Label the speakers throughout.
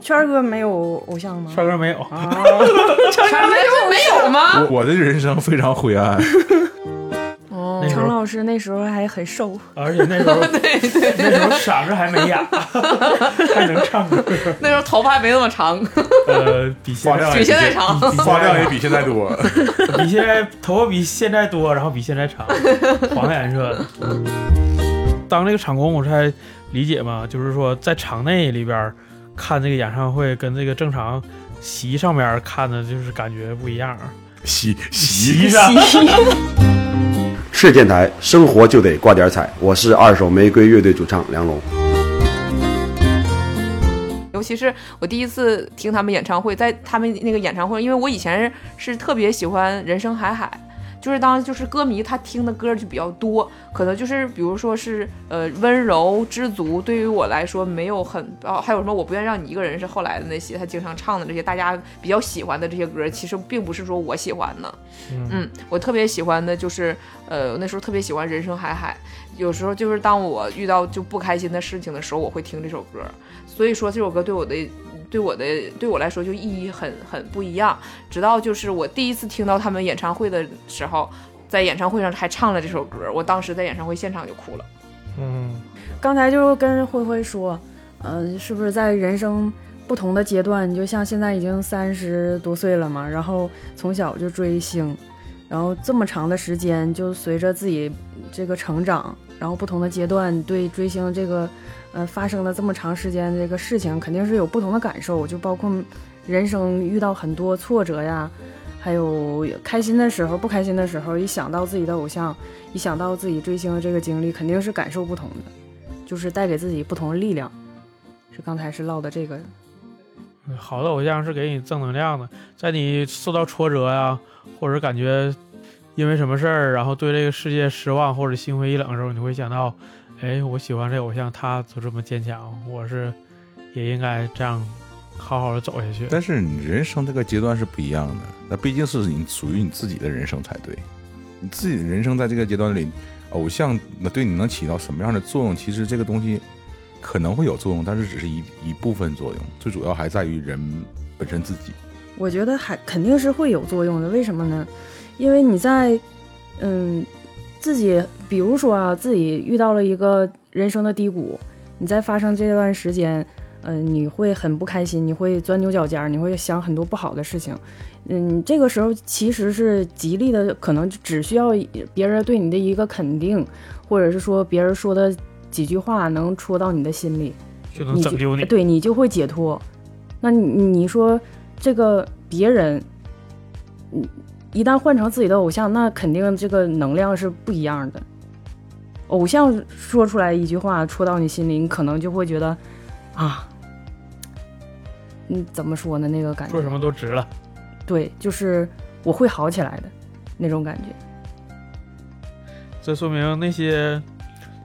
Speaker 1: 圈儿哥没有偶像吗？
Speaker 2: 圈哥没有，
Speaker 1: 啊，
Speaker 3: 咱们就没有吗？
Speaker 4: 我我的人生非常灰 暗，
Speaker 3: 哦
Speaker 2: 那时
Speaker 1: 程
Speaker 2: 候，
Speaker 1: 老师那时候还很瘦，
Speaker 2: 而且那 时候，对对，那时候嗓子还没哑，还能唱歌，
Speaker 3: 那时候头发没那么长，
Speaker 2: 呃，比现
Speaker 4: 发量
Speaker 2: 在
Speaker 4: 哎
Speaker 3: 比现在长。
Speaker 2: 比
Speaker 4: 发量也
Speaker 2: 比
Speaker 4: 比现在多。
Speaker 2: 比现在头发比现在多，然后比现在长，黄颜色的。 当这个场工，我才理解嘛，就是说在场内里边儿看这个演唱会，跟这个正常席上面儿看的，就是感觉不一样。啊
Speaker 4: 洗洗
Speaker 2: 上，
Speaker 5: 是电台，生活就得挂点彩。我是二手玫瑰乐队主唱梁龙。
Speaker 3: 尤其是我第一次听他们演唱会，在他们那个演唱会，因为我以前是特别喜欢《人生海海》，就是当就是歌迷他听的歌就比较多，可能就是比如说是呃温柔知足，对于我来说没有很哦，还有什么我不愿让你一个人是后来的那些他经常唱的这些大家比较喜欢的这些歌，其实并不是说我喜欢的，
Speaker 2: 嗯，
Speaker 3: 嗯，我特别喜欢的就是，呃，那时候特别喜欢《人生海海》，有时候就是当我遇到就不开心的事情的时候，我会听这首歌。所以说这首歌对我的、对我的、对我来说就意义很很不一样。直到就是我第一次听到他们演唱会的时候，在演唱会上还唱了这首歌，我当时在演唱会现场就哭了。
Speaker 2: 嗯，
Speaker 1: 刚才就跟慧慧说，嗯、是不是在人生不同的阶段，你就像现在已经三十多岁了嘛，然后从小就追星，然后这么长的时间，就随着自己这个成长，然后不同的阶段对追星这个，呃，发生了这么长时间的这个事情，肯定是有不同的感受，就包括人生遇到很多挫折呀。还有开心的时候，不开心的时候，一想到自己的偶像，一想到自己追星的这个经历，肯定是感受不同的。就是带给自己不同的力量。是刚才是唠的这个，
Speaker 2: 好的偶像是给你正能量的，在你受到挫折呀、或者感觉因为什么事儿，然后对这个世界失望或者心灰意冷的时候，你会想到，哎，我喜欢这偶像，他就这么坚强，我是也应该这样好好的走下去。
Speaker 4: 但是你人生这个阶段是不一样的，那毕竟是你属于你自己的人生才对。你自己的人生在这个阶段里，偶像那对你能起到什么样的作用？其实这个东西可能会有作用，但是只是一一部分作用，最主要还在于人本身自己。
Speaker 1: 我觉得还肯定是会有作用的。为什么呢？因为你在，嗯，自己比如说啊，自己遇到了一个人生的低谷，你在发生这段时间，嗯、你会很不开心，你会钻牛角尖儿，你会想很多不好的事情。嗯，这个时候其实是极力的，可能只需要别人对你的一个肯定，或者是说别人说的几句话能戳到你的心里。
Speaker 2: 就能拯救你
Speaker 1: 就。对你就会解脱。那你你说这个别人，嗯，一旦换成自己的偶像，那肯定这个能量是不一样的。偶像说出来一句话戳到你心里，你可能就会觉得啊，嗯，怎么说呢？那个感觉
Speaker 2: 做，什么都值了。
Speaker 1: 对，就是我会好起来的那种感觉。
Speaker 2: 这说明那些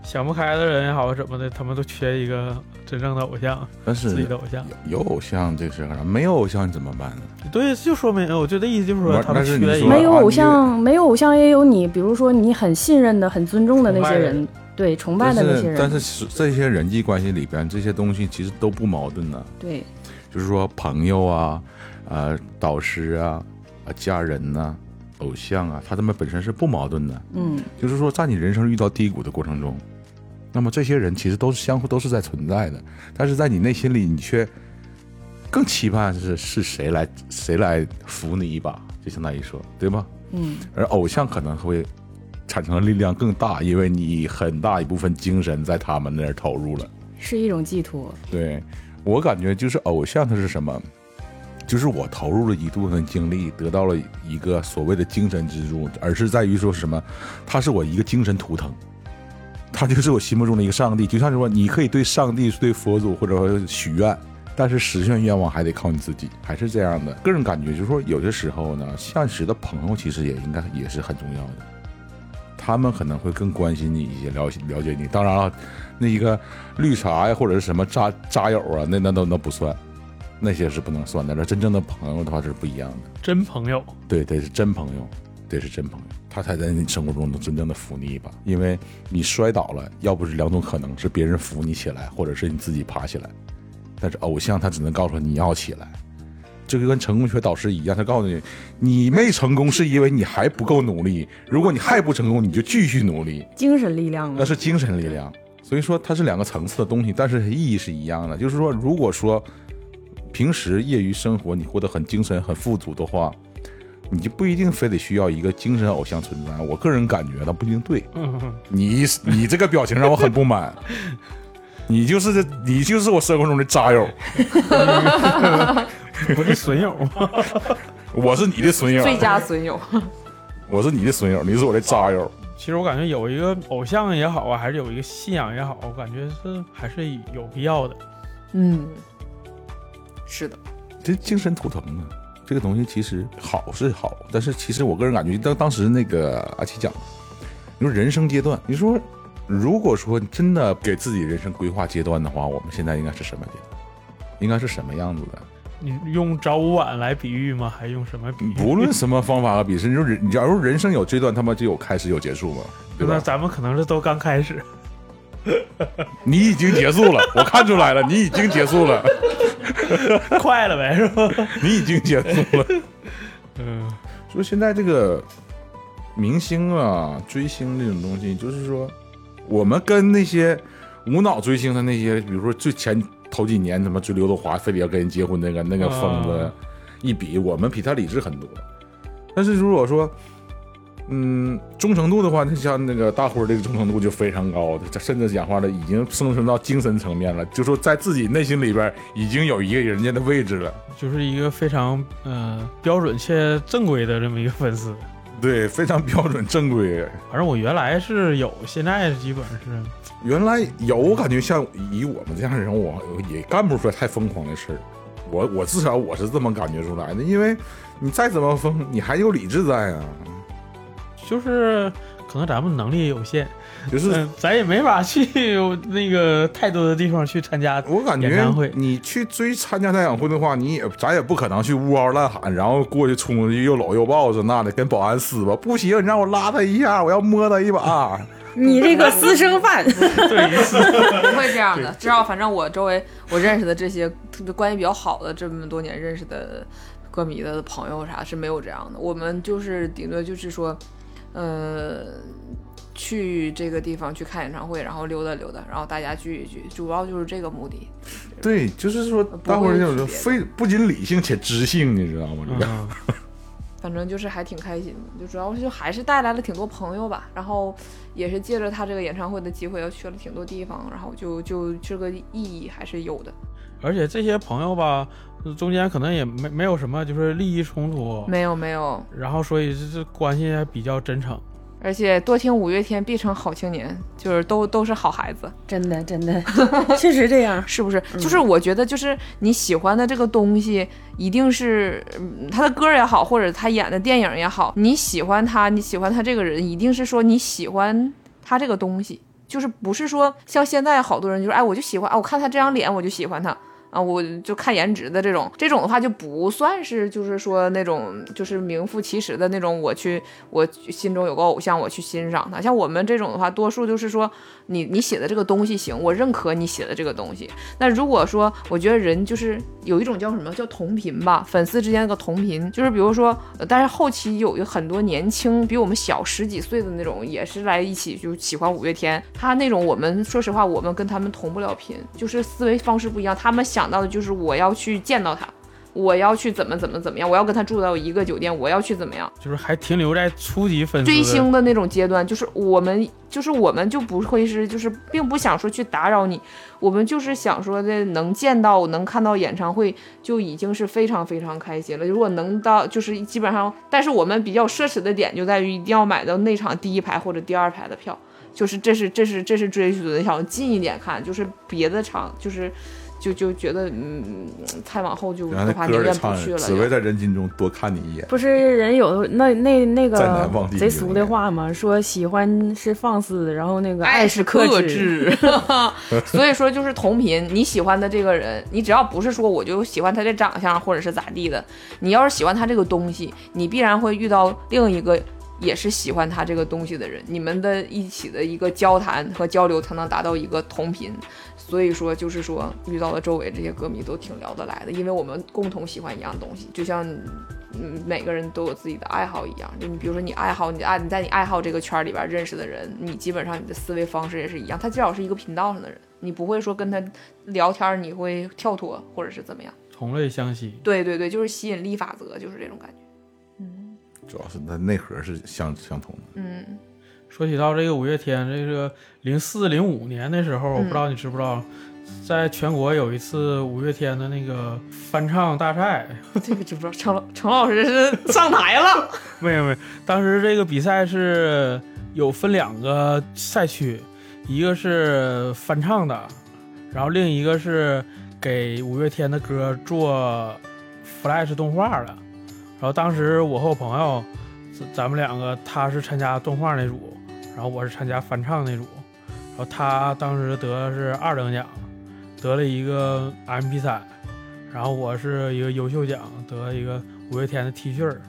Speaker 2: 想不开的人也好啊怎么的，他们都缺一个真正的偶像，
Speaker 4: 但是
Speaker 2: 自己的偶像。
Speaker 4: 有偶像这是个啥？没有偶像你怎么办呢？
Speaker 2: 对，就说明我觉得意思就是说
Speaker 4: 那
Speaker 2: 他们
Speaker 4: 那是
Speaker 2: 缺
Speaker 4: 你
Speaker 2: 一
Speaker 4: 说
Speaker 2: 个
Speaker 1: 没有
Speaker 4: 啊
Speaker 1: 偶
Speaker 4: 你
Speaker 1: 像，没有偶像也有你，比如说你很信任的、很尊重的那
Speaker 2: 崇
Speaker 1: 些
Speaker 2: 拜的
Speaker 1: 人，
Speaker 2: 人
Speaker 1: 对，崇拜
Speaker 4: 但
Speaker 1: 的那些
Speaker 4: 是
Speaker 1: 人，
Speaker 4: 但是这些人际关系里边这些东西其实都不矛盾呢、
Speaker 1: 对，
Speaker 4: 就是说朋友啊，呃，导师啊，啊，家人呐、偶像啊，他他们本身是不矛盾的。
Speaker 1: 嗯，
Speaker 4: 就是说，在你人生遇到低谷的过程中，那么这些人其实都是相互都是在存在的，但是在你内心里，你却更期盼是是谁来谁来扶你一把，就相当于说，对吗？
Speaker 1: 嗯，
Speaker 4: 而偶像可能会产生的力量更大，因为你很大一部分精神在他们那儿投入了。
Speaker 1: 是一种寄托。
Speaker 4: 对我感觉就是偶像，它是什么？就是我投入了一部分精力，得到了一个所谓的精神支柱，而是在于说什么？它是我一个精神图腾，它就是我心目中的一个上帝。就像说，你可以对上帝、对佛祖或者说许愿，但是实现愿望还得靠你自己，还是这样的。个人感觉就是说，有些时候呢，现实的朋友其实也应该也是很重要的，他们可能会更关心你一些，了解了解你。当然了，那一个绿茶呀或者是什么渣渣友啊，那那都那不算，那些是不能算的。那真正的朋友的话是不一样的，
Speaker 2: 真朋友。
Speaker 4: 对，得是真朋友，得是真朋友，他才在你生活中能真正的扶你一把。因为你摔倒了，要不是两种可能，是别人扶你起来，或者是你自己爬起来。但是偶像他只能告诉你你要起来，这就跟成功学导师一样，他告诉你，你没成功是因为你还不够努力，如果你还不成功，你就继续努力，
Speaker 6: 精神力量啊
Speaker 4: 那
Speaker 6: 嘛。
Speaker 4: 是精神力量。所以说它是两个层次的东西，但是意义是一样的。就是说，如果说平时业余生活你活得很精神、很富足的话，你就不一定非得需要一个精神偶像存在。我个人感觉到不一定对。
Speaker 2: 嗯嗯
Speaker 4: 你你这个表情让我很不满，你就是这你就是我生活中的渣友，
Speaker 2: 嗯不是损友吗？
Speaker 4: 我是你的损友，
Speaker 3: 最佳损友，
Speaker 4: 我是你的损友，你是我的渣友。
Speaker 2: 其实我感觉有一个偶像也好啊，还是有一个信仰也好，我感觉是还是有必要的。
Speaker 3: 嗯，是的，
Speaker 4: 这精神图腾啊，这个东西其实好是好，但是其实我个人感觉，当当时那个阿奇讲，你说人生阶段，你说如果说真的给自己人生规划阶段的话，我们现在应该是什么阶段？应该是什么样子的？
Speaker 2: 你用早午晚来比喻吗？还用什么比喻？
Speaker 4: 不论什么方法和比试，你说人，你假如人生有阶段，他妈就有开始有结束嘛，对
Speaker 2: 那
Speaker 4: 吧？
Speaker 2: 咱们可能是都刚开始，
Speaker 4: 你已经结束了，我看出来了，你已经结束了，
Speaker 2: 快了呗，是吧？
Speaker 4: 你已经结束了。
Speaker 2: 嗯，
Speaker 4: 说现在这个明星啊、追星这种东西，就是说我们跟那些无脑追星的那些，比如说最前头几年他妈追刘德华，非得要跟人结婚那个那个疯子
Speaker 2: 啊
Speaker 4: 一比，我们比他理智很多。但是如果说嗯，忠诚度的话，就像那个大辉儿这个忠诚度就非常高，这甚至讲话了，已经上升到精神层面了，就说在自己内心里边已经有一个人家的位置了。
Speaker 2: 就是一个非常呃标准且正规的这么一个粉丝。
Speaker 4: 对，非常标准正规，
Speaker 2: 反正我原来是有，现在基本上是
Speaker 4: 原来有，我感觉像以我们这样的人，我也干不出来太疯狂的事儿。我我至少我是这么感觉出来的，因为你再怎么疯，你还有理智在啊。
Speaker 2: 就是可能咱们能力有限，
Speaker 4: 就是、
Speaker 2: 嗯，咱也没法去那个太多的地方去参加。
Speaker 4: 我感
Speaker 2: 演
Speaker 4: 觉
Speaker 2: 唱会
Speaker 4: 你去追参加大演会的话，你也咱也不可能去呜嗷乱喊，然后过去冲过去又搂又抱这那的，跟保安撕吧。不行，你让我拉他一下，我要摸他一 把。
Speaker 6: 你这个私生饭，
Speaker 2: 对，一次
Speaker 3: 不会这样的。至少反正我周围我认识的这些特别关系比较好的，这么多年认识的歌迷的朋友啥是没有这样的。我们就是顶多就是说，呃，去这个地方去看演唱会，然后溜达溜达，然后大家聚一聚，主要就是这个目的。
Speaker 4: 对，就是说，大伙儿就是非不仅理性且知性，你知道吗？这个
Speaker 2: 嗯，
Speaker 3: 反正就是还挺开心的，就主要是就还是带来了挺多朋友吧，然后也是借着他这个演唱会的机会，又去了挺多地方，然后就就这个意义还是有的，
Speaker 2: 而且这些朋友吧，中间可能也没没有什么就是利益冲突，
Speaker 3: 没有没有，
Speaker 2: 然后所以这这关系还比较真诚。
Speaker 3: 而且多听五月天必成好青年，就是都都是好孩子，
Speaker 6: 真的真的， 确实这样。
Speaker 3: 是不是？就是我觉得就是你喜欢的这个东西，一定是嗯他的歌也好，或者他演的电影也好，你喜欢他，你喜欢他这个人，一定是说你喜欢他这个东西，就是不是说像现在好多人就是哎我就喜欢啊，我看他这张脸我就喜欢他。啊，我就看颜值的这种，这种的话就不算是，就是说那种就是名副其实的那种。我去，我心中有个偶像，我去欣赏他。像我们这种的话，多数就是说你你写的这个东西行，我认可你写的这个东西。那如果说我觉得人就是有一种叫什么叫同频吧，粉丝之间那个同频，就是比如说，呃但是后期有有很多年轻比我们小十几岁的那种，也是来一起就喜欢五月天，他那种我们说实话，我们跟他们同不了频，就是思维方式不一样，他们想到的就是我要去见到他。我要去怎么怎么怎么样？我要跟他住到一个酒店，我要去怎么样？
Speaker 2: 就是还停留在初级粉丝
Speaker 3: 追
Speaker 2: 的
Speaker 3: 星的那种阶段，就是我们就是我们就不会是就是并不想说去打扰你，我们就是想说的能见到能看到演唱会就已经是非常非常开心了。如果能到就是基本上，但是我们比较奢侈的点就在于一定要买到那场第一排或者第二排的票，就是这是这是这是追求的，想近一点看，就是别的场就是。就就觉得嗯，太往后就
Speaker 4: 然后
Speaker 3: 的
Speaker 4: 那
Speaker 3: 话
Speaker 4: 歌
Speaker 3: 宁
Speaker 4: 里
Speaker 3: 愿不
Speaker 4: 唱
Speaker 3: 去
Speaker 4: 的，
Speaker 3: 了。
Speaker 4: 只为在人群中多看你一眼。
Speaker 6: 不是人有那那那
Speaker 4: 再难
Speaker 6: 个
Speaker 4: 忘记
Speaker 6: 贼俗的话嘛，说喜欢是放肆，然后那个
Speaker 3: 爱
Speaker 6: 是
Speaker 3: 哎克
Speaker 6: 制。
Speaker 3: 制， 所以说就是同频。你喜欢的这个人，你只要不是说我就喜欢他的长相或者是咋地的，你要是喜欢他这个东西，你必然会遇到另一个也是喜欢他这个东西的人，你们的一起的一个交谈和交流才能达到一个同频。所以说，就是说遇到了周围这些歌迷都挺聊得来的，因为我们共同喜欢一样东西，就像嗯每个人都有自己的爱好一样。就你比如说你爱好，你爱你在你爱好这个圈儿里边认识的人，你基本上你的思维方式也是一样，他至少是一个频道上的人，你不会说跟他聊天儿你会跳脱或者是怎么样。
Speaker 2: 同类相吸，
Speaker 3: 对对对，就是吸引力法则，就是这种感觉。
Speaker 4: 主要是它内核是相相同的。
Speaker 3: 嗯，
Speaker 2: 说起到这个五月天，这个零四零五年的时候，
Speaker 3: 嗯
Speaker 2: 我不知道你知不知道，在全国有一次五月天的那个翻唱大赛，
Speaker 3: 这个知不知道？程老程老师是上台了。
Speaker 2: 没有没有，当时这个比赛是有分两个赛区，一个是翻唱的，然后另一个是给五月天的歌做 Flash 动画的。然后当时我和我朋友，咱咱们两个，他是参加动画那组，然后我是参加翻唱那组。然后他当时得的是二等奖，得了一个 MP 3然后我是一个优秀奖，得了一个五月天的 T 恤儿，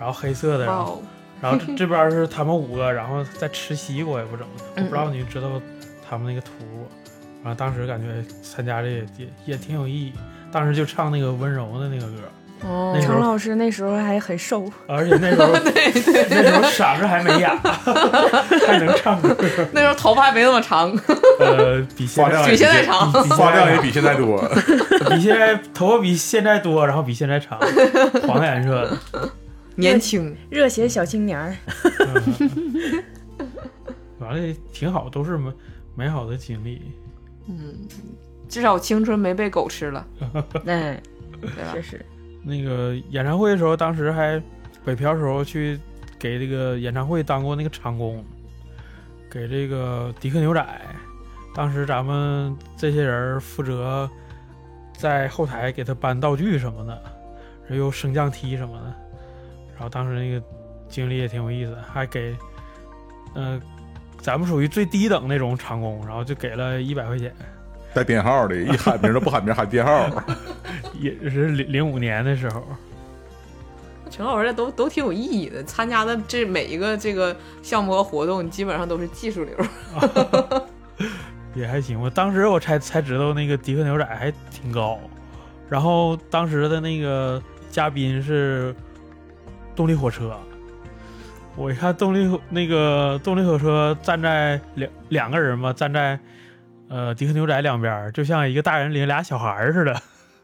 Speaker 2: 然后黑色的，
Speaker 3: 哇
Speaker 2: 然后
Speaker 3: 哦，
Speaker 2: 然后 这这边是他们五个，然后在吃西瓜，也不怎么，我不知
Speaker 3: 嗯
Speaker 2: 道你知道他们那个图。然后当时感觉参加这也也也挺有意义，当时就唱那个温柔的那个歌，
Speaker 3: 哦
Speaker 2: 那时候
Speaker 6: 程老师那时候还很瘦，
Speaker 2: 而且那时候那时候嗓子还没哑， 还能唱歌，
Speaker 3: 那时候头发还没那么长，
Speaker 2: 呃，比现
Speaker 4: 发量
Speaker 2: 在
Speaker 4: 也
Speaker 3: 比现在
Speaker 4: 比
Speaker 3: 长。
Speaker 2: 比
Speaker 4: 发量也比现在多。
Speaker 2: 比现在头发比现在多，然后比现在长，黄颜色的。
Speaker 3: 年轻，
Speaker 6: 热血小青年 儿。
Speaker 2: 嗯 完了，挺好，都是美美好的经历。
Speaker 3: 嗯，至少青春没被狗吃了，
Speaker 6: 哎，
Speaker 3: 对吧
Speaker 6: 确？实，
Speaker 2: 那个演唱会的时候，当时还北漂时候去给这个演唱会当过那个场工，给这个迪克牛仔。当时咱们这些人负责在后台给他搬道具什么的，然后又升降梯什么的。然后当时那个经历也挺有意思，还给呃咱们属于最低等那种场工，然后就给了一百块钱，
Speaker 4: 带编号的，一喊名都不喊名，喊编号。
Speaker 2: 也是零零五年的时候。
Speaker 3: 陈老师都都挺有意义的，参加的这每一个这个项目和活动，基本上都是技术流。
Speaker 2: 也还行。我当时我才才知道那个迪克牛仔还挺高，然后当时的那个嘉宾是动力火车。我一看动力火那个动力火车站在两两个人嘛，站在呃迪克牛仔两边儿，就像一个大人领俩小孩儿似的。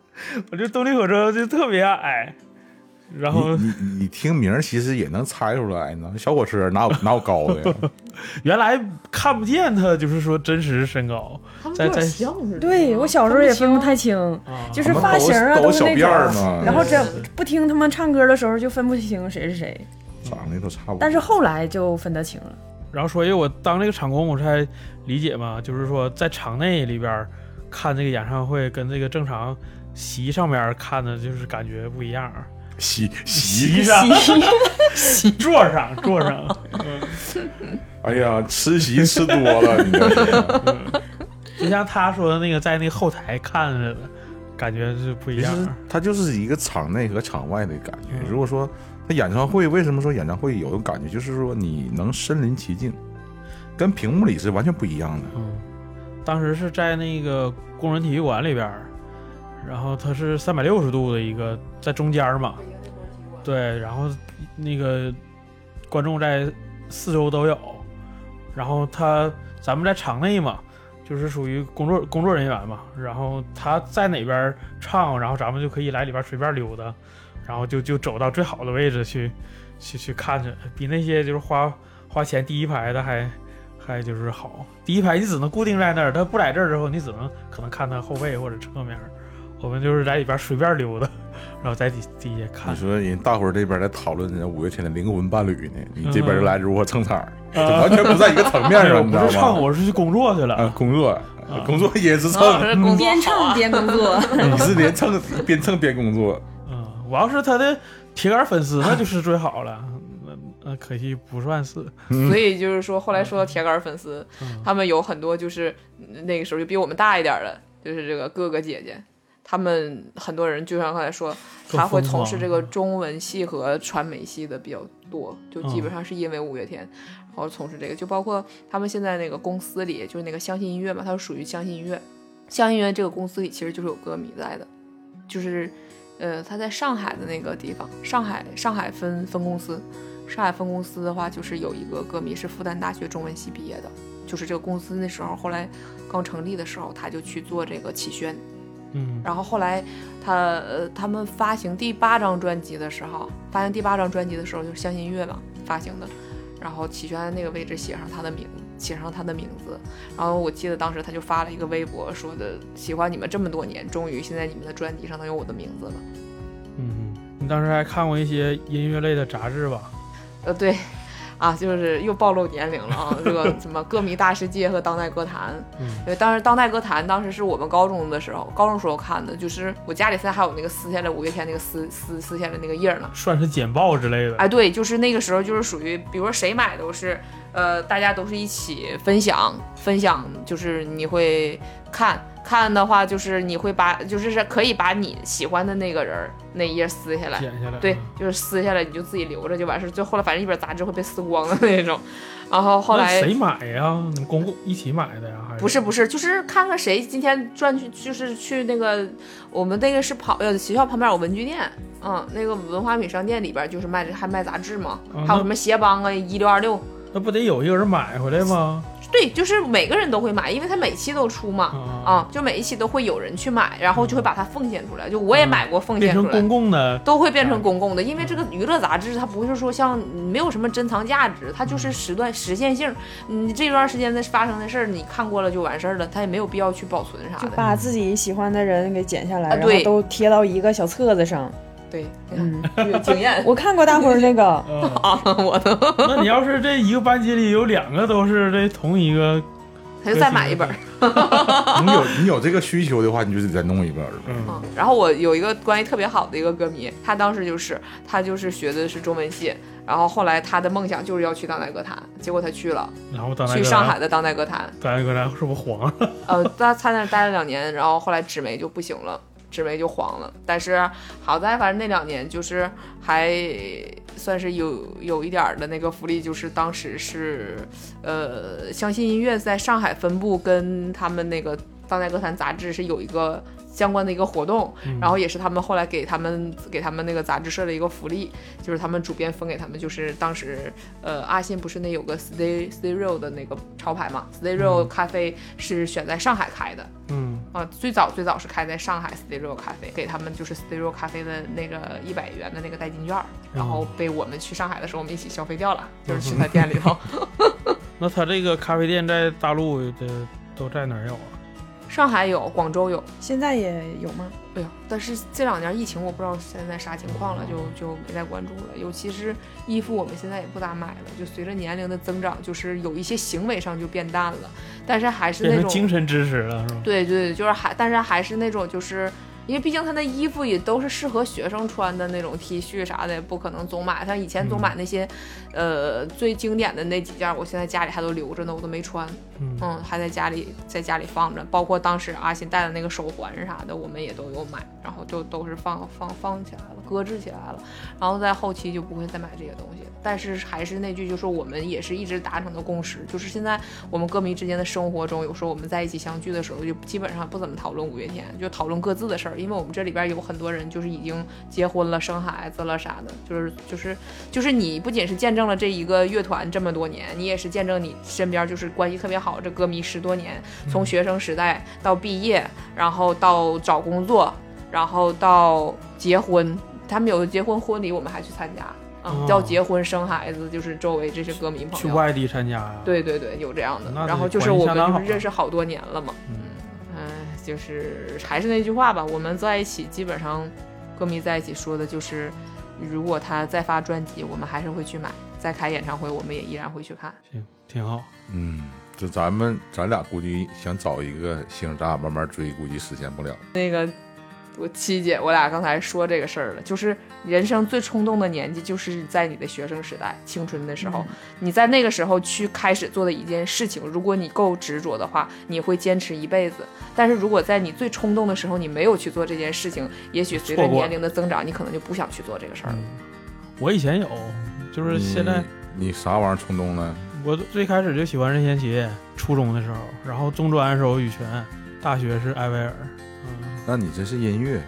Speaker 2: 我这动力火车就特别矮， 然后
Speaker 4: 你你你听名儿其实也能猜出来呢，小火车哪有哪有高的呀？
Speaker 2: 原来看不见他，就是说真实身高
Speaker 3: 他们
Speaker 2: 在
Speaker 3: 有点
Speaker 2: 在
Speaker 3: 像是吧
Speaker 6: 对我小时候也分不太清，
Speaker 2: 啊，
Speaker 6: 就是发型啊
Speaker 4: 都
Speaker 6: 都
Speaker 4: 是
Speaker 6: 是
Speaker 4: 小
Speaker 6: 那
Speaker 4: 辫儿
Speaker 6: 种，
Speaker 4: 嘛，
Speaker 6: 然后这不听他们唱歌的时候就分不清谁是谁，
Speaker 4: 长得都差不多。
Speaker 6: 但是后来就分得 清了。
Speaker 2: 然后所以我当这个场工，我才理解嘛，就是说在场内里边儿看这个演唱会，跟这个正常席上边儿看的，就是感觉不一样。
Speaker 4: 洗洗，
Speaker 2: 上，席座上， 座上，
Speaker 4: 哎呀，吃席吃多了，你这是
Speaker 2: 就像他说的那个，在那后台看着的，感觉是不 一
Speaker 4: 其
Speaker 2: 样。
Speaker 4: 实它就是一个场内和场外的感觉
Speaker 2: 嗯。
Speaker 4: 如果说它演唱会，为什么说演唱会有种感觉，就是说你能身临其境，跟屏幕里是完全不一样的。
Speaker 2: 嗯，当时是在那个工人体育馆里边儿，然后它是三百六十度的一个在中间儿嘛，对，然后那个观众在四周都有，然后他咱们在场内嘛，就是属于工作工作人员嘛，然后他在哪边儿唱，然后咱们就可以来里边儿随便溜达，然后就就走到最好的位置去去去看着，比那些就是花花钱第一排的还。还就是好，第一排你只能固定在那儿，他不在这儿之后，你只能可能看他后背或者侧面儿。我们就是在里边随便溜达，然后在底底下看
Speaker 4: 你。说人大伙儿这边在讨论人家五月天的灵魂伴侣呢，你这边儿来如何蹭场儿，这
Speaker 2: 啊
Speaker 4: 完全不在一个层面
Speaker 2: 哎
Speaker 4: 上，
Speaker 2: 我
Speaker 4: 你
Speaker 2: 不
Speaker 4: 知
Speaker 2: 是
Speaker 4: 道
Speaker 2: 唱，
Speaker 4: 吗？
Speaker 2: 我是去工作去了。
Speaker 4: 啊，工作，工作也是蹭，
Speaker 1: 啊
Speaker 3: 嗯
Speaker 6: 啊
Speaker 3: 工作
Speaker 1: 边唱边工作，
Speaker 4: 你是连蹭边蹭边工作，
Speaker 2: 嗯，我要是他的铁杆粉丝，那就是最好了。 那那可惜不算是。
Speaker 3: 所以就是说，后来说到铁杆粉丝，
Speaker 2: 嗯
Speaker 3: 他们有很多就是嗯那个时候就比我们大一点儿的，就是这个哥哥姐姐，他们很多人就像刚才说，
Speaker 2: 更
Speaker 3: 他会
Speaker 2: 疯
Speaker 3: 从事
Speaker 2: 狂
Speaker 3: 这个中文系和传媒系的比较多，就基本上是因为五月天，然后从事这个，就包括他们现在那个公司里，就是那个相信音乐嘛，它是属于相信音乐，相信音乐这个公司里其实就是有歌迷在的，就是呃，他在上海的那个地方，上海上海分分公司，上海分公司的话，就是有一个歌迷是复旦大学中文系毕业的，就是这个公司那时候后来刚成立的时候，他就去做这个启轩，
Speaker 2: 嗯，
Speaker 3: 然后后来他呃他们发行第八张专辑的时候，发行第八张专辑的时候就是相信音乐嘛发行的，然后启轩那个位置写上他的名，写上他的名字，然后我记得当时他就发了一个微博说的喜欢你们这么多年，终于现在你们的专辑上都有我的名字了，
Speaker 2: 嗯，你当时还看过一些音乐类的杂志吧？
Speaker 3: 呃对，啊就是又暴露年龄了啊，这个什么歌迷大世界和当代歌坛，
Speaker 2: 嗯
Speaker 3: 因为当时《当代歌坛》当时是我们高中的时候，高中时候看的，就是我家里现在还有那个撕下来五月天那个撕撕撕下来那个页儿呢。
Speaker 2: 算是简报之类的。
Speaker 3: 哎，对，就是那个时候就是属于，比如说谁买都是，呃，大家都是一起分享，分享就是你会看看的话，就是你会把就是是可以把你喜欢的那个人儿那一页撕下来，
Speaker 2: 剪下来。
Speaker 3: 对
Speaker 2: 嗯，
Speaker 3: 就是撕下来你就自己留着就完事儿。就后来反正一本杂志会被撕光的那种，然后后来
Speaker 2: 那谁买呀？你们公共一起买的呀？还是
Speaker 3: 不是不是，就是看看谁今天转去，就是去那个我们那个是跑呃学校旁边有文具店，嗯，那个文化品商店里边就是卖这还卖杂志嘛，
Speaker 2: 啊
Speaker 3: 还有
Speaker 2: 那
Speaker 3: 什么鞋帮啊一六二六，
Speaker 2: 那不得有一个人买回来吗？
Speaker 3: 对，就是每个人都会买，因为它每期都出嘛，
Speaker 2: 啊，
Speaker 3: 啊，就每一期都会有人去买，然后就会把它奉献出来，就我也买过
Speaker 2: 嗯
Speaker 3: 奉
Speaker 2: 变
Speaker 3: 献
Speaker 2: 成
Speaker 3: 出来
Speaker 2: 公。啊共 的，，
Speaker 3: 都会变成公共的，因为这个娱乐杂志它不是说像没有什么珍藏价值，它就是时段时限性。你这段时间的发生的事儿，你看过了就完事儿了，它也没有必要去保存啥
Speaker 1: 就
Speaker 3: 的。
Speaker 1: 把自己喜欢的人给剪下来，
Speaker 3: 啊
Speaker 1: 然
Speaker 3: 对
Speaker 1: 后都贴到一个小册子上。
Speaker 3: 对，
Speaker 1: 嗯，
Speaker 3: 有经验。
Speaker 1: 我看过大伙儿那个
Speaker 2: 嗯
Speaker 3: 啊，我都，
Speaker 2: 那你要是这一个班级里有两个都是这同一个，
Speaker 3: 他就再买一本儿。
Speaker 4: 你有你有这个需求的话，你就得再弄一本儿。
Speaker 2: 嗯，
Speaker 3: 嗯，然后我有一个关系特别好的一个歌迷，他当时就是他就是学的是中文系，然后后来他的梦想就是要去当代歌坛，结果他去了，
Speaker 2: 然后当代
Speaker 3: 去
Speaker 2: 歌
Speaker 3: 上
Speaker 2: 坛
Speaker 3: 海，的当代歌坛，
Speaker 2: 当代歌坛是不是黄了？
Speaker 3: 呃，他他那儿待了两年，然后后来纸媒就不行了。纸媒就黄了，但是好在反正那两年就是还算是有有一点儿的那个福利，就是当时是呃，相信音乐在上海分部跟他们那个当代歌坛杂志是有一个相关的一个活动，然后也是他们后来给他们给他们那个杂志社的一个福利，就是他们主编分给他们，就是当时呃阿信不是那有个 Stay Stay Real 的那个潮牌嘛，Stay Real
Speaker 2: 嗯
Speaker 3: 咖啡是选在上海开的
Speaker 2: 嗯
Speaker 3: 啊，最早最早是开在上海 Stay Real 咖啡，给他们就是 Stay Real 咖啡的那个一百元的那个代金券儿，然
Speaker 2: 哦
Speaker 3: 后被我们去上海的时候我们一起消费掉了，就
Speaker 2: 嗯
Speaker 3: 是去他店里头。
Speaker 2: 那他这个咖啡店在大陆的都在哪儿有啊？
Speaker 3: 上海有，广州有，
Speaker 1: 现在也有吗？
Speaker 3: 哎呀，但是这两年疫情，我不知道现在啥情况了，就就没再关注了。尤其是衣服，我们现在也不咋买了，就随着年龄的增长，就是有一些行为上就变淡了，但是还是
Speaker 2: 变
Speaker 3: 那
Speaker 2: 成
Speaker 3: 种
Speaker 2: 精神支持了是吧？
Speaker 3: 对对，就是还，但是还是那种，就是因为毕竟他那衣服也都是适合学生穿的那种 T 恤啥的，也不可能总买。像以前总买那些，呃，最经典的那几件儿，我现在家里还都留着呢，我都没穿。
Speaker 2: 嗯，
Speaker 3: 嗯，还在家里在家里放着，包括当时阿信戴的那个手环啥的，我们也都有买，然后就都是放放放起来了，搁置起来了，然后在后期就不会再买这些东西。但是还是那句，就是我们也是一直达成的共识，就是现在我们歌迷之间的生活中，有时候我们在一起相聚的时候，就基本上不怎么讨论五月天，就讨论各自的事儿，因为我们这里边有很多人就是已经结婚了、生孩子了啥的，就是就是就是你不仅是见证了这一个乐团这么多年，你也是见证你身边就是关系特别好这歌迷十多年，从学生时代到毕业，然后到找工作，然后到结婚，他们有的结婚婚礼我们还去参加，啊、
Speaker 2: 哦
Speaker 3: 到结婚生孩子，就是周围这些歌迷
Speaker 2: 去
Speaker 3: 朋友，
Speaker 2: 外地参加啊呀？，
Speaker 3: 对对对，有这样的
Speaker 2: 那。
Speaker 3: 然后
Speaker 2: 这
Speaker 3: 就是
Speaker 2: 关系
Speaker 3: 我
Speaker 2: 相当
Speaker 3: 们就
Speaker 2: 好
Speaker 3: 是认识好多年了嘛，
Speaker 2: 嗯
Speaker 3: 嗯，就是还是那句话吧，我们在一起基本上，歌迷在一起说的就是，如果他再发专辑，我们还是会去买；再开演唱会，我们也依然会去看。
Speaker 2: 行，挺好。
Speaker 4: 嗯，就咱们咱俩估计想找一个星，咱俩慢慢追，估计实现不了。
Speaker 3: 那个我七姐，我俩刚才说这个事儿了，就是人生最冲动的年纪，就是在你的学生时代、青春的时
Speaker 2: 嗯
Speaker 3: 候，你在那个时候去开始做的一件事情，如果你够执着的话，你会坚持一辈子。但是如果在你最冲动的时候，你没有去做这件事情，也许随着
Speaker 2: 错过
Speaker 3: 年龄的增长，你可能就不想去做这个事儿了。
Speaker 2: 嗯我以前有，就是现在
Speaker 4: 你你啥玩意儿冲动了？
Speaker 1: 嗯
Speaker 2: 我最开始就喜欢任贤齐，初中的时候，然后中专的时候羽泉，大学是艾薇儿，嗯
Speaker 4: 那你这是音乐，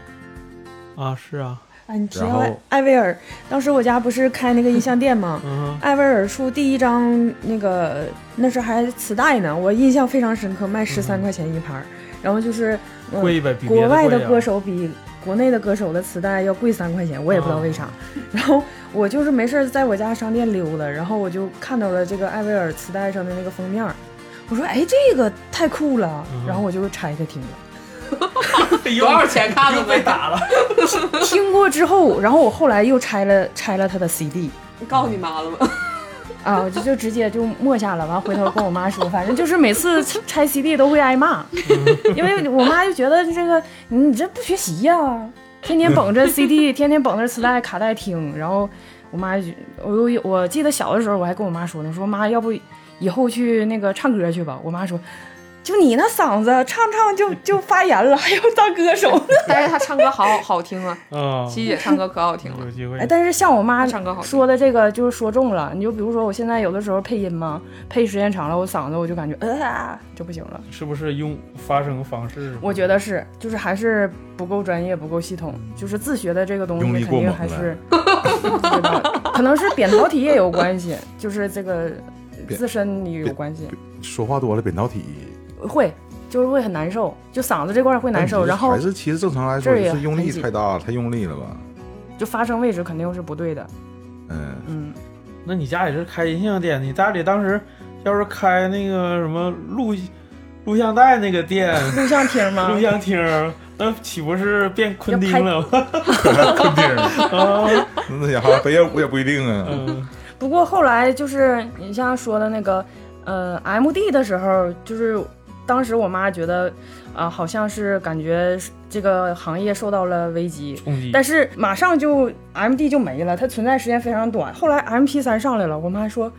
Speaker 2: 啊是啊，
Speaker 1: 啊，你知
Speaker 4: 然
Speaker 1: 道
Speaker 4: 后
Speaker 1: 艾艾薇儿，当时我家不是开那个音像店吗？
Speaker 2: 嗯
Speaker 1: 艾薇儿出第一张那个那时候还磁带呢，我印象非常深刻，卖十三块钱一盘儿，然后就是、
Speaker 2: 哼，
Speaker 1: 嗯
Speaker 2: 贵呗，比别
Speaker 1: 国外
Speaker 2: 贵
Speaker 1: 的
Speaker 2: 啊
Speaker 1: 歌手比国内的歌手的磁带要贵三块钱，我也不知道
Speaker 2: 啊
Speaker 1: 为啥。 然后我就是没事儿在我家商店溜达，然后我就看到了这个艾薇儿磁带上的那个封面儿，我说哎这个太酷了，
Speaker 2: 嗯
Speaker 1: 然后我就拆开听了。
Speaker 3: 多少钱看的
Speaker 2: 又被
Speaker 3: 呗？
Speaker 2: 打了，
Speaker 1: 听过之后，然后我后来又拆了拆了他的 CD
Speaker 3: 你 告诉你妈了吗？
Speaker 1: 啊，我就就直接就默下了。完回头跟我妈说，反正就是每次拆拆 CD 都会挨骂，因为我妈就觉得这个你这不学习呀、天天捧着 CD，天天捧着磁带卡带听。然后我妈就我有我记得小的时候我还跟我妈说呢，说妈要不以后去那个唱歌去吧。我妈说。就你那嗓子，唱唱就就发炎了，还要当歌手呢。
Speaker 3: 但是她唱歌好好听啊，
Speaker 2: 啊，
Speaker 3: 七姐唱歌可好听了
Speaker 2: 有。机会
Speaker 1: 哎，，但是像我妈
Speaker 3: 她唱歌好听
Speaker 1: 说的这个就是说中了，你就比如说我现在有的时候配音嘛，配时间长了，我嗓子我就感觉呃啊就不行了。
Speaker 2: 是不是用发声方式？
Speaker 1: 我觉得是，就是还是不够专业，不够系统，就是自学的这个东
Speaker 4: 用
Speaker 1: 西
Speaker 4: 力
Speaker 1: 肯
Speaker 4: 过
Speaker 1: 定
Speaker 4: 猛
Speaker 1: 还
Speaker 4: 了
Speaker 1: 是， 对吧？可能是扁桃体也有关系，就是这个
Speaker 4: 扁
Speaker 1: 自身也有关系，
Speaker 4: 说话多了扁桃体
Speaker 1: 会就是会很难受，就嗓子这块儿会难
Speaker 4: 那
Speaker 1: 受，
Speaker 4: 你
Speaker 1: 然后
Speaker 4: 还是其实正常来
Speaker 1: 这
Speaker 4: 说
Speaker 1: 儿也
Speaker 4: 就是用
Speaker 1: 很
Speaker 4: 力
Speaker 1: 紧
Speaker 4: 太大了，太用力了吧？
Speaker 1: 就发声位置肯定是不对的，
Speaker 4: 嗯，
Speaker 1: 嗯，
Speaker 2: 那你家也是开音像店？你家里当时要是开那个什么录录像带那个 店，
Speaker 1: 录像厅吗？
Speaker 2: 录像厅，那岂不是变昆汀了吗？
Speaker 4: 肯定，
Speaker 2: 啊，
Speaker 4: 那家伙 非要我也不一定啊。
Speaker 2: 嗯
Speaker 1: 不过后来就是你像说的那个，呃，M D 的时候，就是当时我妈觉得，啊、好像是感觉这个行业受到了危机，
Speaker 2: 冲击。
Speaker 1: 但是马上就 M D 就没了，它存在时间非常短。后来 M P 三上来了，我妈说，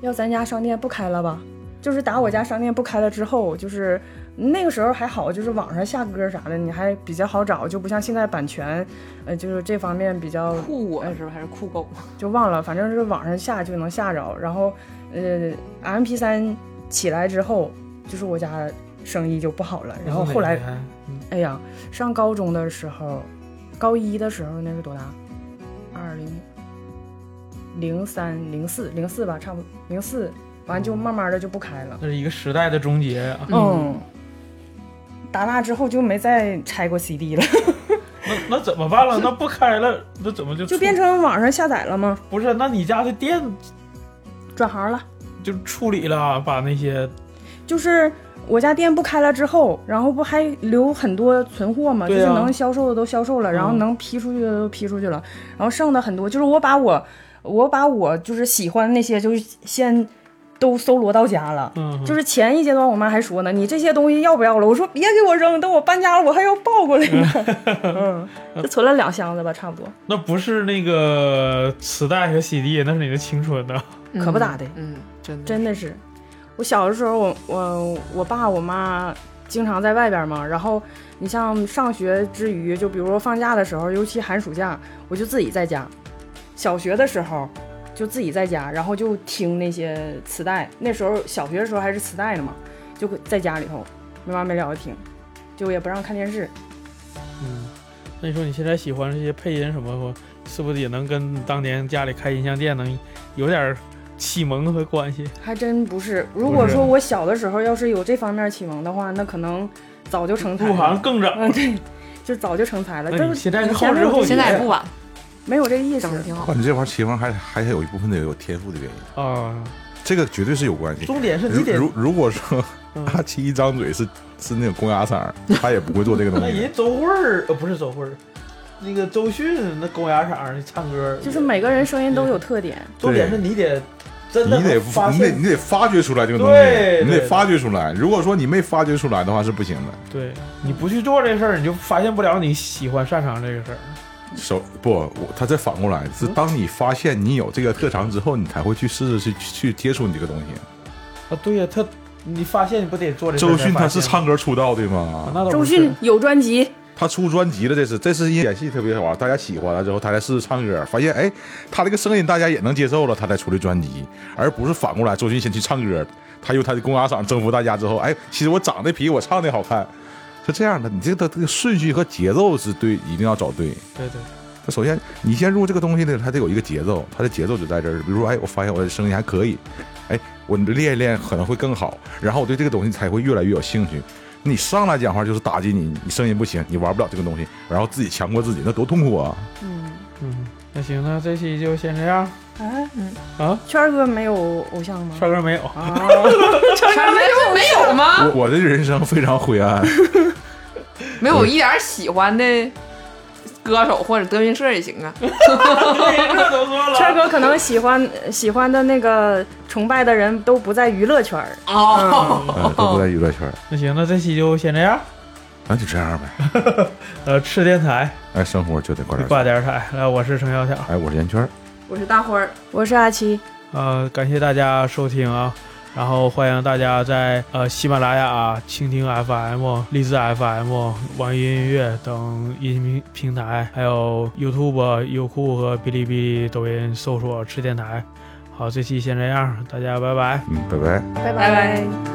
Speaker 1: 要咱家商店不开了吧？就是打我家商店不开了之后，就是那个时候还好，就是网上下歌啥的，你还比较好找，就不像现在版权，呃，就是这方面比较
Speaker 3: 酷我是吧？还是酷狗？
Speaker 1: 就忘了，反正是网上下就能下着。然后，呃，M P 三起来之后，就是我家生意就不好了。然后后
Speaker 2: 嗯
Speaker 1: 来，哎呀，上高中的时候，高一的时候那是多大？二零零三零四零四吧，差不多零四。完就慢慢的就不开了。
Speaker 2: 那是一个时代的终结 啊。
Speaker 1: 嗯，打那之后就没再拆过 CD 了，
Speaker 2: 那那怎么办了？那不开了，那怎么就
Speaker 1: 就变成网上下载了吗？
Speaker 2: 不是？那你家的店
Speaker 1: 转行了。
Speaker 2: 就处理了，把那些
Speaker 1: 就是我家店不开了之后，然后不还留很多存货吗？就
Speaker 2: 对啊
Speaker 1: 是能销售的都销售了，然后
Speaker 2: 嗯
Speaker 1: 能批出去的都批出去了，然后剩的很多，就是我把我我把我就是喜欢那些就是先都搜罗到家了。
Speaker 2: 嗯，
Speaker 1: 就是前一阶段，我妈还说呢，你这些东西要不要了？我说别给我扔，等我搬家了，我还要抱过来呢。 嗯，就存了两箱子吧，差不多，
Speaker 2: 那不是那个磁带和 CD，那是你的青春呢。
Speaker 1: 可不咋的。
Speaker 3: 嗯，真的。
Speaker 1: 真的是，我小的时候我，我我爸我妈经常在外边嘛，然后你像上学之余，就比如说放假的时候，尤其寒暑假，我就自己在家。小学的时候就自己在家，然后就听那些磁带。那时候小学的时候还是磁带呢嘛，就在家里头没完没了的听，就也不让看电视。
Speaker 2: 嗯，那你说你现在喜欢这些配音什么，是不是也能跟当年家里开音像店能有点启蒙和关系？
Speaker 1: 还真不是。如果说我小的时候要是有这方面启蒙的话，那可能早就成才
Speaker 2: 入行
Speaker 1: 了。
Speaker 2: 更早。
Speaker 1: 嗯，对，就早就成才了。
Speaker 2: 那
Speaker 1: 就
Speaker 2: 你现在是
Speaker 1: 以
Speaker 2: 后
Speaker 1: 前没
Speaker 2: 知
Speaker 1: 有这
Speaker 2: 后
Speaker 1: 个
Speaker 2: 觉
Speaker 3: 现在也不晚，
Speaker 1: 没有这个意思
Speaker 3: 整。 的挺好
Speaker 4: 哇，。你这玩意儿棋方还还有一部分得有天赋的原因，
Speaker 2: 啊，
Speaker 4: 这个绝对是有关系。
Speaker 2: 重点是
Speaker 4: 如
Speaker 2: 你得，
Speaker 4: 如如果说
Speaker 2: 嗯
Speaker 4: 阿七一张嘴是是那种公鸭嗓儿，他也不会做这个 东
Speaker 2: 那
Speaker 4: 西。
Speaker 2: 人周慧儿呃不是周慧儿，那个周迅那公鸭嗓儿那唱歌，
Speaker 1: 就是每个人声音都有特点，
Speaker 2: 重点是你得真的
Speaker 4: 你得
Speaker 2: 发
Speaker 4: 你得
Speaker 2: 现
Speaker 4: 你得发掘出来这个东
Speaker 2: 对
Speaker 4: 西，你
Speaker 2: 对
Speaker 4: 得发掘出来。如果说你没发掘出来的话是不行的。
Speaker 2: 对，你不去做这事儿，你就发现不了你喜欢擅长这个事儿。
Speaker 4: 手不，我他再反过来是
Speaker 2: 嗯
Speaker 4: 当你发现你有这个特长之后，你才会去试着去去接触你这个东西。
Speaker 2: 啊，对呀、他你发现你不得做这事儿
Speaker 4: 周
Speaker 2: 才
Speaker 4: 迅
Speaker 2: 发
Speaker 4: 他是
Speaker 2: 现
Speaker 4: 唱歌出道的
Speaker 2: 吗啊
Speaker 4: 吗？
Speaker 2: 那倒
Speaker 1: 周
Speaker 2: 不是
Speaker 1: 迅有专辑，
Speaker 4: 他出专辑了，这是这次演戏特别好玩，大家喜欢了之后，他才试试唱歌，发现哎，他这个声音大家也能接受了，他才出的专辑，而不是反过来周迅先去唱歌，他用他的公鸭嗓征服大家之后，哎，其实我长得比我唱的好看，是这样的，你这个这个顺序和节奏是对，一定要找对。
Speaker 2: 对对，
Speaker 4: 他首先你先入这个东西呢，它得有一个节奏，它的节奏就在这儿。比如说，哎，我发现我的声音还可以，哎，我练一练可能会更好，然后我对这个东西才会越来越有兴趣。你上来讲话就是打击你，你声音不行，你玩不了这个东西，然后自己强迫自己，那多痛苦啊！
Speaker 2: 嗯，那行，那这期就先这样
Speaker 6: 哎，嗯
Speaker 2: 啊。
Speaker 6: 圈儿哥没有偶像吗？
Speaker 2: 帅哥没有，
Speaker 6: 啊，
Speaker 3: 就没有吗？
Speaker 4: 我我的人生非常灰暗，哎
Speaker 3: 没有一点儿喜欢的歌手或者德云社也行啊。
Speaker 6: 圈儿哥可能喜欢喜欢的那个崇拜的人都不在娱乐圈儿，
Speaker 3: 哦，
Speaker 4: 嗯，都不在娱乐圈，
Speaker 2: 那行，那这期就先这样。
Speaker 4: 那就这样呗。
Speaker 2: 呃，吃电台，
Speaker 4: 哎，生活就得挂点儿。
Speaker 2: 挂点彩。来，我是程小小。
Speaker 4: 哎，我是圆圈儿，
Speaker 3: 我是大花儿，
Speaker 6: 我是阿七，
Speaker 2: 呃，感谢大家收听啊，然后欢迎大家在呃喜马拉雅、蜻蜓 FM、荔枝 FM、网易云音乐等音频平台，还有 YouTube、优酷和哔哩哔哩、抖音搜索“吃电台”。好，这期先这样，大家拜拜。
Speaker 4: 嗯，拜拜。
Speaker 6: 拜
Speaker 3: 拜拜。